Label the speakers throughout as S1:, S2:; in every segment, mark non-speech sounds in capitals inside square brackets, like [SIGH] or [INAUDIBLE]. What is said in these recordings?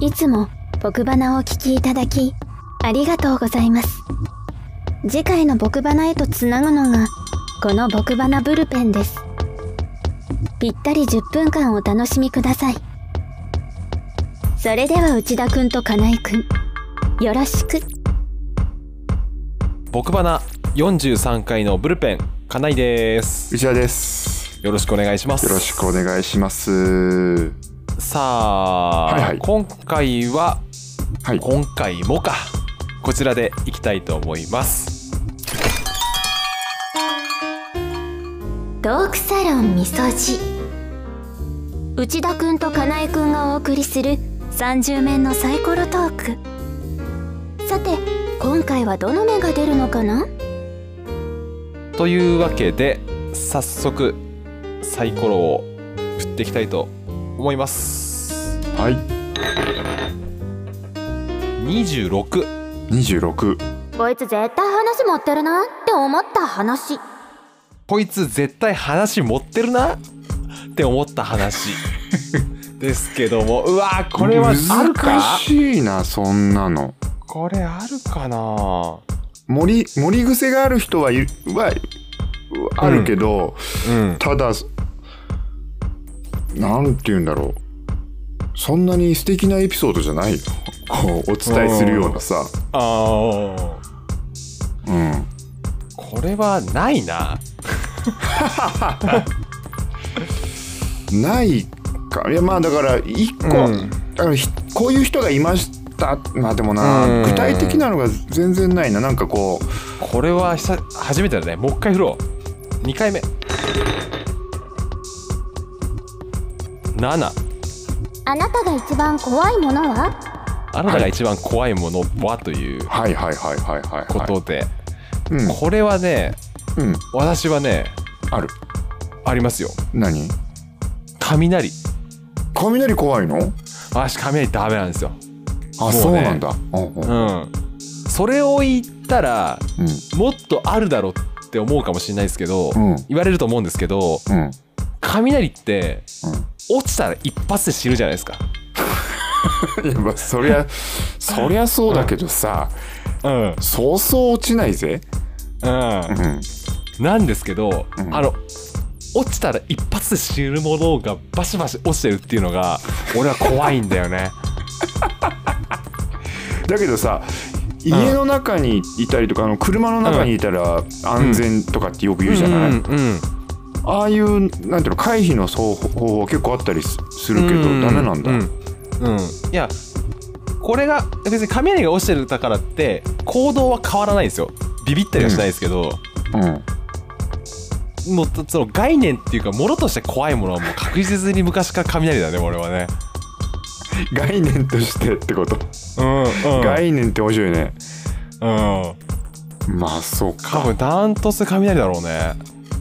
S1: いつも僕バナをお聞きいただき、ありがとうございます。次回の僕バナへとつなぐのが、この僕バナブルペンです。ぴったり10分間お楽しみください。それでは内田くんと金井くん、よろしく。
S2: 僕バナ43回のブルペン金井です
S3: 内田です。
S2: よろしくお願いします
S3: よろしくお願いします。
S2: さあ、
S3: はいはい
S2: 今回は
S3: はい。
S2: 今回もかこちらでいきたいと思います
S1: トークサロンみそじ内田くんと金井くんがお送りする30面のサイコロトークさて今回はどの目が出るのかな
S2: というわけで早速サイコロを振っていきたいと思います
S3: はい。
S2: 26
S3: 26。
S1: こいつ絶対話持ってるなって思った話
S2: こいつ絶対話持ってるなって思った
S3: [LAUGHS]
S2: 話ですけどもうわーこれはあるか
S3: 難しいな、そんなの。
S2: これあるかな
S3: 盛り、盛り癖がある人はいる、は、あるけど、
S2: うん
S3: ただ、なんて言うんだろう。そんなに素敵なエピソードじゃないよ。こう、お伝えするようなさ。
S2: あー
S3: うん。
S2: これはないな
S3: ないかいやまあだから一個、
S2: うん
S3: だからひこういう人がいましたまあでも
S2: うん
S3: な具体的なのが全然ないななんかこ
S2: これは久初めてだねもう一回振ろう2回目7
S1: あなたが一番怖いものは
S2: あなたが一番怖いものはという
S3: うはいはいはいはいはいはい
S2: ことで、
S3: うん
S2: これはね
S3: うん
S2: 私はね
S3: ある
S2: ありますよ
S3: 何
S2: 雷
S3: 雷怖いの
S2: 私雷ダメなんですよ
S3: あ、
S2: うね
S3: そうなんだうんうん
S2: うんそれを言ったら
S3: うん
S2: もっとあるだろうって思うかもしれないですけど、
S3: うん
S2: 言われると思うんですけど
S3: うん
S2: 雷って
S3: う
S2: 落ちたら一発で死ぬじゃないですか
S3: ん、いや [LAUGHS] まあそりゃそりゃそうだけど
S2: う
S3: さ、
S2: んうん
S3: そうそう落ちないぜ、うん、
S2: なんですけど、
S3: うん
S2: あの落ちたら一発で死ぬものがバシバシ落ちてるっていうのが俺は怖いんだよね
S3: だけどさ家の中にいたりとか、あの車の中にいたら安全とかってよく言うじゃない、
S2: うんうん
S3: ああいうなんていうの回避のそう方法は結構あったりすするけどダメなんだ、
S2: うん、うんいやこれが別に雷が落ちてるだからって行動は変わらないんですよビビったりはしないですけど、
S3: うん
S2: もうその概念っていうかものとして怖いものはもう確実に昔から雷だね俺はね
S3: 概念としてってこと、
S2: うん、うん、
S3: 概念って面白いね
S2: うん
S3: まあそう
S2: 多
S3: か
S2: 分ダントツ雷だろうね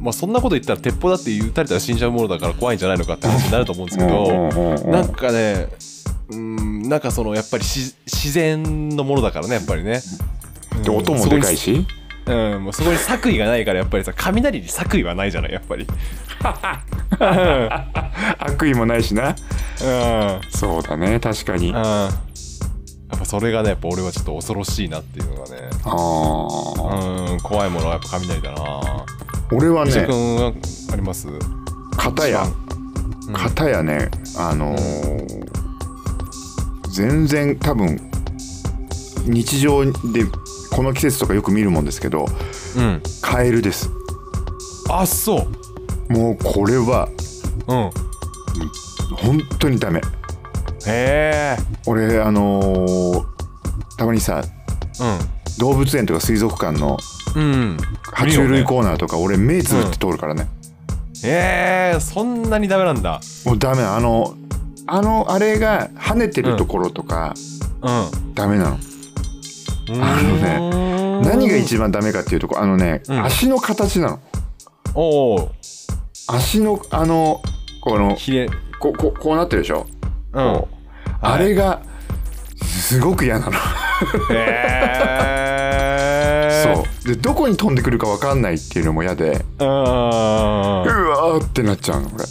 S2: まあそんなこと言ったら鉄砲だって撃たれたら死んじゃうものだから怖いんじゃないのかって話になると思うんですけど
S3: な
S2: なんかねうんなんかそのやっぱりし自然のものだからねやっぱりね、
S3: で
S2: うん
S3: 音もでかいし
S2: そこにうんもうそこに作為がないからやっぱりさ雷に作為はないじゃないやっぱり
S3: 悪意もないしな
S2: うんうん
S3: そうだね確かにあ
S2: やっぱそれがねやっぱ俺はちょっと恐ろしいなっていうのがね
S3: あ
S2: うん怖いものはやっぱ雷だな
S3: 俺は
S2: 藤井
S3: ね
S2: 君はあります
S3: 片や
S2: うん
S3: 片やねあのー全然多分日常でこの季節とかよく見るもんですけど
S2: うん
S3: カエルです
S2: あそう
S3: もうこれは
S2: うん
S3: 本当にダメ
S2: へえ
S3: 俺あのーたまにさ動物園とか水族館の
S2: うんうん
S3: 爬虫類コーナーとか俺目つぶって通るからね、
S2: えー、そんなにダメなんだ
S3: もうダメあのあのあれが跳ねてるところとか、
S2: うん
S3: ダメなのあ
S2: の
S3: 何が一番ダメかっていうとこあのね、
S2: うん
S3: 足の形なの
S2: おお
S3: 足のあのこの
S2: ひれ
S3: こここうなってるでしょ、
S2: うん
S3: あれがすごく嫌なの、
S2: へえ
S3: そうでどこに飛んでくるか分かんないっていうのも嫌で、
S2: そう
S3: うわーってなっちゃうのこれ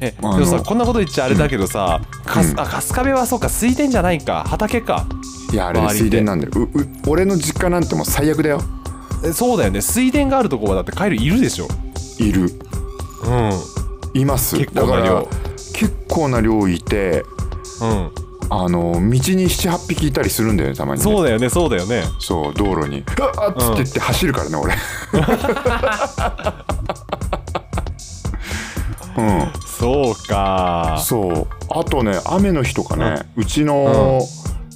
S2: えで
S3: あ
S2: も
S3: の
S2: さこんなこと言っちゃあれだけどさ、かすあ春日部はそうか水田じゃないか畑か
S3: いやあれ
S2: 周りで
S3: 水田なんだようう俺の実家なんてもう最悪だよ
S2: えそうだよね水田があるとこはだってカエルいるでしょ
S3: いる
S2: うん
S3: います
S2: 結構な量
S3: だから結構な量いて
S2: うん
S3: あの道に78匹いたりするんだよねたまにね、
S2: そうだよねそうだよね
S3: そう道路に「あっ!」つって言って走るからね、
S2: [LAUGHS]
S3: 俺うん
S2: そうか
S3: そうあとね雨の日とかね、うちの、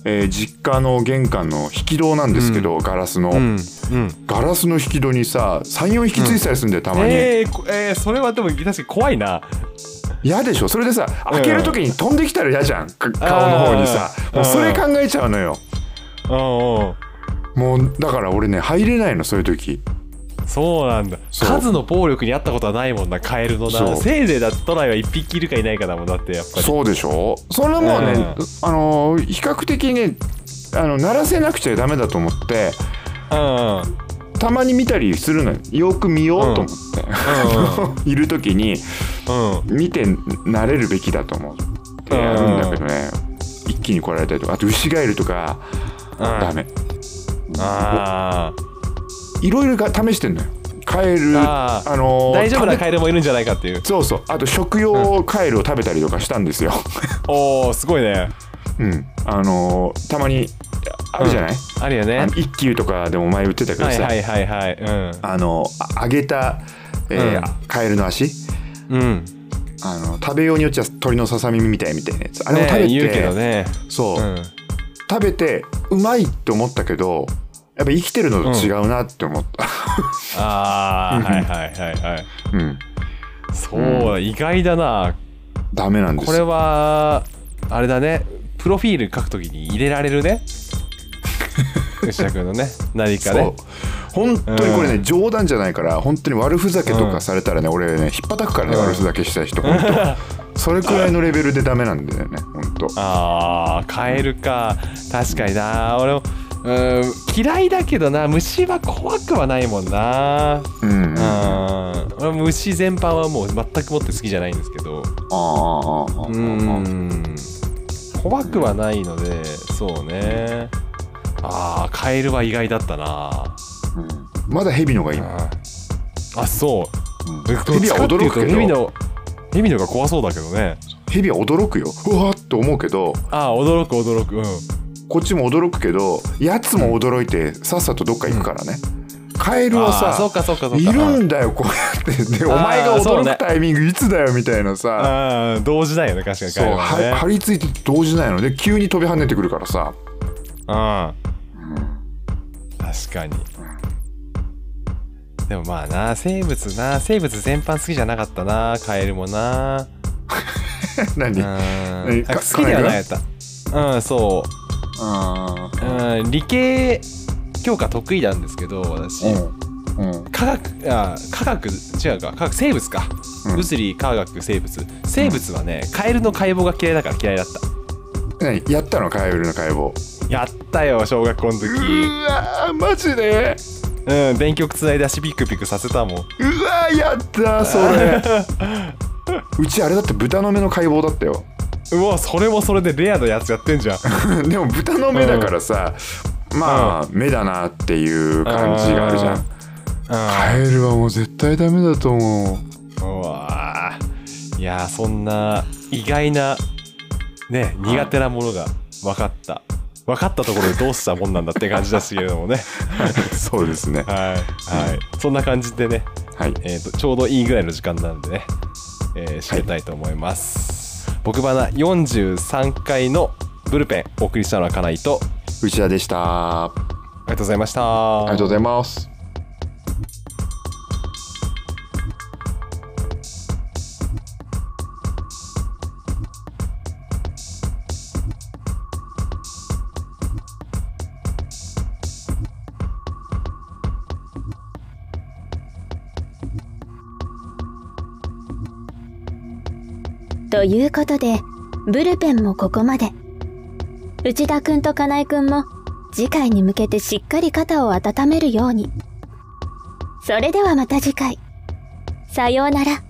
S3: えー実家の玄関の引き戸なんですけど、ガラスの、
S2: うんうん
S3: ガラスの引き戸にさ34匹ついてたりするんだよたまに、
S2: えーこえーそれはでも確かに怖いな
S3: 嫌でしょそれでさ
S2: ん
S3: 開ける時に飛んできたら嫌じゃん、か顔の方にさ
S2: うん
S3: もうそれ考えちゃうのよ
S2: うんうん
S3: もうだから俺ね入れないのそういう時
S2: そうなんだ
S3: そう
S2: 数の暴力にあったことはないもんなカエルの
S3: そ
S2: な
S3: う
S2: せいぜいだって都内は1匹いるかいないかだもんだってやっぱり
S3: そうでしょそれはもうね、
S2: うん
S3: あのー比較的ねあの鳴らせなくちゃダメだと思って
S2: うんうん
S3: たまに見たりするのよよく見ようと思って、 [LAUGHS] いる時に
S2: うんうん
S3: 見て慣れるべきだと思うってやるんだけどね、一気に来られたりとかあと牛ガエルとか、ダメ
S2: あー
S3: いろいろが試してんのよカエル
S2: あ
S3: あ
S2: ー
S3: のー
S2: 大丈夫な
S3: 食べ
S2: カエルもいるんじゃないかっていう
S3: そうそうあと食用カエルを食べたりとかしたんですよ、
S2: おおすごいね
S3: うん、あのーたまにあるじゃない、
S2: あるよ
S3: あ
S2: ね
S3: の一休とかでも前言ってたけど
S2: はい
S3: さ、
S2: はいはいはいうん
S3: あのあ揚げた、えー
S2: うん
S3: カエルの足
S2: うん
S3: あの食べようによっちゃ鳥のささみみたいみたいなやつあれも食べ
S2: ね
S3: て、
S2: 言うけどね
S3: そ
S2: う
S3: う、
S2: ん
S3: 食べてうまいって思ったけどやっぱ生きてるのと違うなって
S2: [LAUGHS]
S3: 思った、
S2: ああ
S3: うん
S2: はいはいはいはい
S3: うん
S2: そうだ意外だな
S3: ダメなんです
S2: これはあれだねプロフィール書くときに入れられる
S3: [LAUGHS]
S2: ね吉田君のね何か
S3: そう
S2: ね
S3: 本当にこれね、
S2: う
S3: 冗談じゃないから本当に悪ふざけとかされたらね、俺ねひっぱたくからね、
S2: うん
S3: 悪ふざけした人本
S2: [LAUGHS]
S3: 当それくらいのレベルでダメなんだよね本当
S2: あーカエルか確かにな俺もうん嫌いだけどな虫は怖くはないもんな
S3: うんうん
S2: うん
S3: あ
S2: 俺も虫全般はもう全くもって好きじゃないんですけど
S3: あああああ
S2: うん怖くはないのでそうねあーカエルは意外だったな
S3: うんまだヘビのがいい、うん
S2: あそう
S3: ヘビは驚くけ
S2: ヘビ
S3: ど
S2: のヘビのが怖そうだけどね
S3: ヘビは驚くようわーって思うけど
S2: ああ驚く驚くうん
S3: こっちも驚くけどやつも驚いてさっさとどっか行くからね、カエルは
S2: あー
S3: さ
S2: そうかそうかそうか
S3: いるんだよこうやってでお前が
S2: そう
S3: 驚
S2: ね
S3: くタイミングいつだよみたいなさ
S2: ああ同時だよね確かに
S3: そう,、
S2: 彼らはね
S3: は張り付いて同時ないので急に飛び跳ねてくるからさ
S2: うん確かにでもまあな生物な生物全般好きじゃなかったなカエルもな
S3: [LAUGHS] 何、
S2: うん
S3: あ
S2: なんか
S3: か
S2: 好きではなかったうんそ
S3: あ
S2: ううん理系教科得意なんですけど私
S3: うんうん
S2: 科学あ科学違うか科学生物か、
S3: うん
S2: 物理科学生物生物はね、カエルの解剖が嫌いだから嫌いだった
S3: 何やったのカエルの解剖
S2: やったよ小学校の時
S3: うわーマジで
S2: うん電極つないで足ピクピクさせたもん
S3: うわーやったーそれ [LAUGHS] うちあれだって豚の目の解剖だったよ [LAUGHS]
S2: うわそれもそれでレアなやつやってんじゃん
S3: でも豚の目だからさ、まあ目だなっていう感じがあるじゃ
S2: うん
S3: んカエルはもう絶対ダメだと思う
S2: うんうわーいやーそんな意外なね苦手なものが分かった分かったところでどうしたもんなんだって感じですけれどもね
S3: [LAUGHS] そうですね。
S2: はい、はい、そんな感じでね
S3: はい。
S2: えー、とちょうどいいぐらいの時間なんでね、えー、締めたいと思います、僕ばな43回のブルペンお送りしたのはかないと
S3: 内田でした。あ
S2: ありがとうございました
S3: りがとうございます。
S1: ということで、ブルペンもここまで。内田くんと金井くんも、次回に向けてしっかり肩を温めるように。それではまた次回。さようなら。